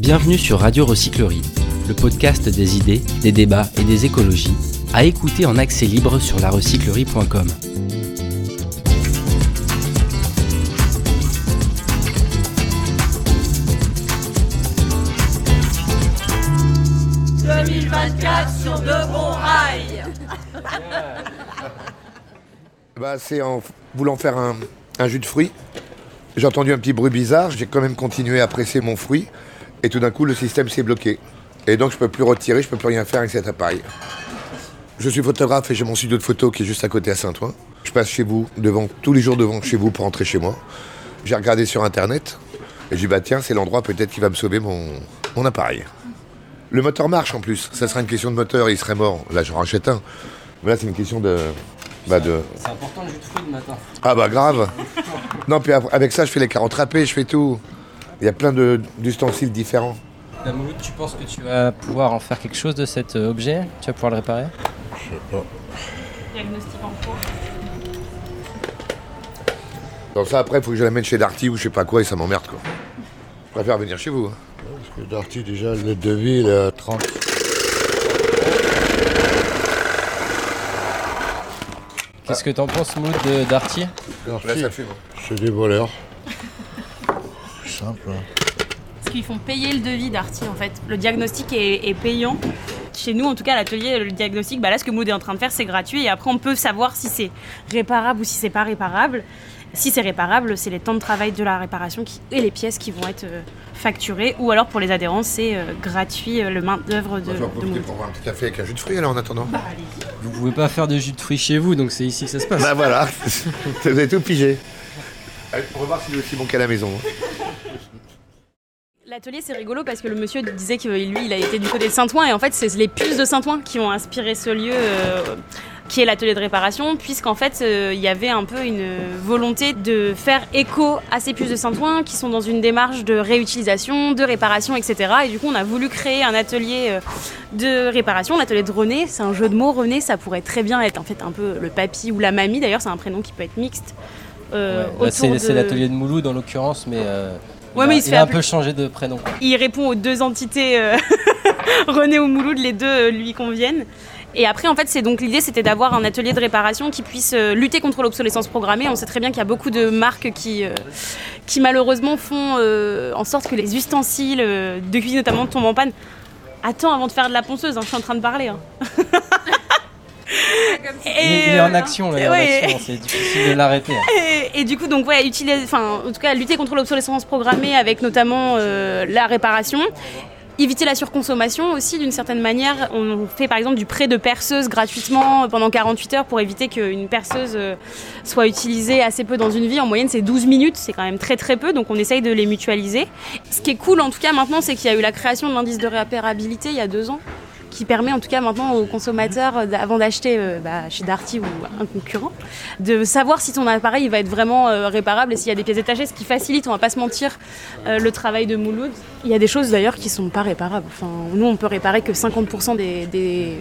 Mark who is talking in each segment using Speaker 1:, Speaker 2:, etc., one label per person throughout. Speaker 1: Bienvenue sur Radio Recyclerie, le podcast des idées, des débats et des écologies, à écouter en accès libre sur larecyclerie.com.
Speaker 2: sur de bons rails.
Speaker 3: Bah, c'est en f- voulant faire un, un jus de fruits. J'ai entendu un petit bruit bizarre, j'ai quand même continué à presser mon fruit, et tout d'un coup le système s'est bloqué. Et donc je peux plus retirer, je peux plus rien faire avec cet appareil. Je suis photographe et j'ai mon studio de photo qui est juste à côté à Saint-Ouen. Je passe chez vous, devant, tous les jours devant chez vous pour rentrer chez moi. J'ai regardé sur internet, et j'ai dit bah tiens, c'est l'endroit peut-être qui va me sauver mon, mon appareil. Le moteur marche en plus, ça serait une question de moteur, il serait mort. Là j'en rachète un. Mais là c'est une question de. Bah, de...
Speaker 1: C'est important le jus de fruits le matin.
Speaker 3: Ah bah grave Non, puis av- avec ça, je fais les carottes râpées, je fais tout. Il y a plein de- d'ustensiles différents.
Speaker 1: Bah, Mouloud, tu penses que tu vas pouvoir en faire quelque chose de cet euh, objet Tu vas pouvoir le réparer
Speaker 2: Diagnostic en cours.
Speaker 3: Donc ça, après, il faut que je l'amène chez Darty ou je sais pas quoi et ça m'emmerde, quoi. Je préfère venir chez vous. hein.
Speaker 4: Parce que Darty, déjà, le devis, il est à 30.
Speaker 1: Qu'est-ce que t'en penses, Mouloud, de Darty
Speaker 3: Là,
Speaker 4: Darty,
Speaker 3: ça fume.
Speaker 4: c'est des voleurs. Simple. hein.
Speaker 2: Parce qu'ils font payer le devis d'Arty en fait. Le diagnostic est, est payant. Chez nous, en tout cas, à l'atelier, le diagnostic, bah là, ce que Mood est en train de faire, c'est gratuit. Et après, on peut savoir si c'est réparable ou si c'est pas réparable. Si c'est réparable, c'est les temps de travail de la réparation qui- et les pièces qui vont être euh, facturées. Ou alors, pour les adhérents, c'est euh, gratuit euh, le main-d'œuvre de,
Speaker 3: Je vais en
Speaker 2: de
Speaker 3: profiter
Speaker 2: Mood.
Speaker 3: pour boire un petit café avec un jus de fruits, alors, en attendant.
Speaker 1: Vous pouvez pas faire de jus de fruits chez vous, donc c'est ici que ça se passe.
Speaker 3: Bah voilà, vous avez tout pigé. Allez, on va voir s'il est aussi bon qu'à la maison. hein.
Speaker 2: L'atelier, c'est rigolo parce que le monsieur disait que lui, il a été du côté de Saint-Ouen et en fait, c'est les puces de Saint-Ouen qui ont inspiré ce lieu euh, qui est l'atelier de réparation, puisqu'en fait, euh, il y avait un peu une volonté de faire écho à ces puces de Saint-Ouen qui sont dans une démarche de réutilisation, de réparation, etc. Et du coup, on a voulu créer un atelier euh, de réparation, l'atelier de René. C'est un jeu de mots. René, ça pourrait très bien être en fait un peu le papy ou la mamie. D'ailleurs, c'est un prénom qui peut être mixte. euh,
Speaker 1: Ouais, bah, c'est
Speaker 2: autour
Speaker 1: c'est
Speaker 2: de-
Speaker 1: l'atelier de Mouloud dans l'occurrence, mais, euh,
Speaker 2: Ouais,
Speaker 1: a,
Speaker 2: mais il se fait
Speaker 1: a un
Speaker 2: appeler-
Speaker 1: peu changé de prénom. quoi.
Speaker 2: il répond aux deux entités, euh, René ou Mouloud, les deux euh, lui conviennent. Et après, en fait, c'est donc l'idée, c'était d'avoir un atelier de réparation qui puisse euh, lutter contre l'obsolescence programmée. On sait très bien qu'il y a beaucoup de marques qui, euh, qui malheureusement font euh, en sorte que les ustensiles euh, de cuisine notamment tombent en panne. Attends, avant de faire de la ponceuse, hein, je suis en train de parler. hein.
Speaker 1: Il est-
Speaker 2: Et,
Speaker 1: il est en
Speaker 2: euh,
Speaker 1: action, là, il est en
Speaker 2: ouais.
Speaker 1: action, hein, c'est difficile de l'arrêter. hein.
Speaker 2: et, et du coup, donc, ouais, utiliser, enfin, en tout cas, lutter contre l'obsolescence programmée avec notamment euh, la réparation. Éviter la surconsommation aussi d'une certaine manière. On fait par exemple du prêt de perceuse gratuitement pendant 48 heures pour éviter qu'une perceuse euh, soit utilisée assez peu dans une vie. En moyenne c'est 12 minutes, c'est quand même très très peu, donc on essaye de les mutualiser. Ce qui est cool en tout cas maintenant c'est qu'il y a eu la création de l'indice de réparabilité il y a deux ans qui permet en tout cas maintenant aux consommateurs, euh, avant d'acheter euh, bah, chez Darty ou un concurrent, de savoir si ton appareil il va être vraiment euh, réparable et s'il y a des pièces détachées, ce qui facilite, on va pas se mentir, euh, le travail de Mouloud. Il y a des choses d'ailleurs qui sont pas réparables. Enfin, nous, on peut réparer que 50% des, des,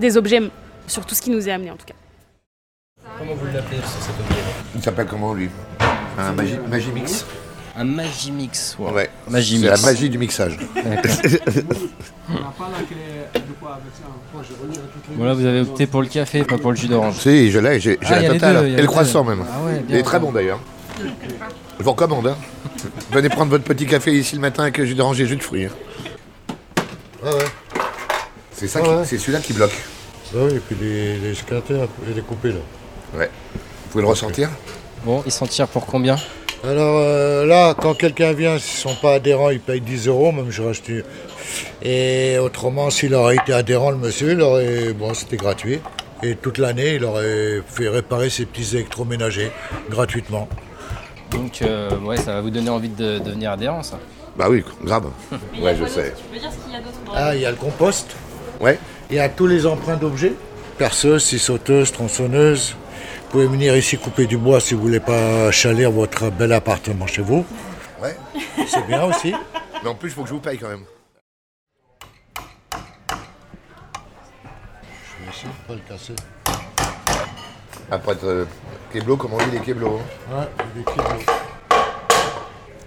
Speaker 2: des objets, sur tout ce qui nous est amené en tout cas.
Speaker 1: Comment vous l'appelez
Speaker 3: Il s'appelle comment, lui Un magi- Magimix
Speaker 1: Un Magimix. wow.
Speaker 3: Ouais.
Speaker 1: Magimix.
Speaker 3: C'est la magie du mixage.
Speaker 1: Voilà, vous avez opté pour le café, pas pour le jus d'orange.
Speaker 3: si, je l'ai, j'ai
Speaker 1: Ah, y
Speaker 3: j'ai
Speaker 1: a
Speaker 3: la
Speaker 1: les
Speaker 3: totale.
Speaker 1: deux, y a
Speaker 3: et
Speaker 1: les
Speaker 3: le
Speaker 1: deux.
Speaker 3: croissant, même.
Speaker 1: Ah ouais,
Speaker 3: Il
Speaker 1: bien.
Speaker 3: est très bon, d'ailleurs. Je vous recommande. Hein. Venez prendre votre petit café ici le matin avec le jus d'orange et le jus de fruits. hein.
Speaker 4: Ah ouais.
Speaker 3: C'est ça,
Speaker 4: Ah
Speaker 3: qui-
Speaker 4: ouais.
Speaker 3: c'est celui-là qui bloque.
Speaker 4: Ah oui, et puis les, les scatters, et les couper là.
Speaker 3: Ouais. Vous pouvez le ressentir
Speaker 1: Bon, ils s'en tirent pour combien
Speaker 4: Alors euh, là, quand quelqu'un vient, s'ils ne sont pas adhérents, ils payent 10 euros, même je rachète une- Et autrement, s'il aurait été adhérent, le monsieur, il aurait... bon, c'était gratuit. Et toute l'année, il aurait fait réparer ses petits électroménagers gratuitement.
Speaker 1: Donc, euh, ouais, ça va vous donner envie de, de devenir adhérent, ça.
Speaker 3: Bah oui, grave. Ouais, je sais.
Speaker 2: Tu peux dire ce qu'il y a d'autre
Speaker 4: Ah, il y a le compost.
Speaker 3: Ouais.
Speaker 4: Il y a tous les emprunts d'objets. Perceuse, scie sauteuse, tronçonneuse. Vous pouvez venir ici couper du bois si vous voulez pas chalir votre bel appartement chez vous.
Speaker 3: Ouais.
Speaker 4: C'est bien aussi.
Speaker 3: Mais en plus, il faut que je vous paye quand même.
Speaker 4: pas le casser.
Speaker 3: Après, euh, keblo, comment on dit les keblo hein
Speaker 4: Ouais, il est clean.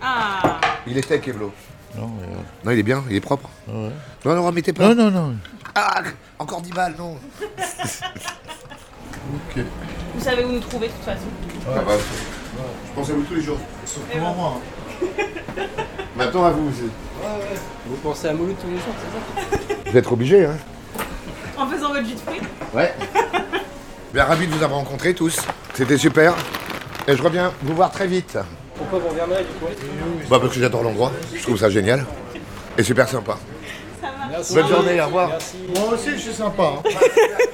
Speaker 2: Ah,
Speaker 3: Il était avec Kevlo.
Speaker 4: Non,
Speaker 1: euh,
Speaker 4: regarde.
Speaker 3: Non, il est bien, il est propre.
Speaker 4: Ouais.
Speaker 3: Non, non, remettez pas.
Speaker 4: non, non, non.
Speaker 3: Ah, encore 10 balles, non.
Speaker 4: Ok.
Speaker 2: Vous savez où nous trouver de toute façon.
Speaker 3: Ah bah, je pense à vous tous les jours.
Speaker 4: Sauf pour moi.
Speaker 3: Maintenant à vous aussi.
Speaker 1: Vous pensez à Mouloud tous les jours
Speaker 3: Vous êtes obligés, hein
Speaker 2: En faisant votre jus de fruits.
Speaker 3: Ouais. Bien ravi de vous avoir rencontrés tous. C'était super. Et je reviens vous voir très vite.
Speaker 1: Pourquoi vous reviendrez du coup
Speaker 3: Bah parce que j'adore l'endroit. Je trouve ça génial. Et super sympa. Bonne journée, au revoir.
Speaker 4: Moi aussi, je suis sympa. hein.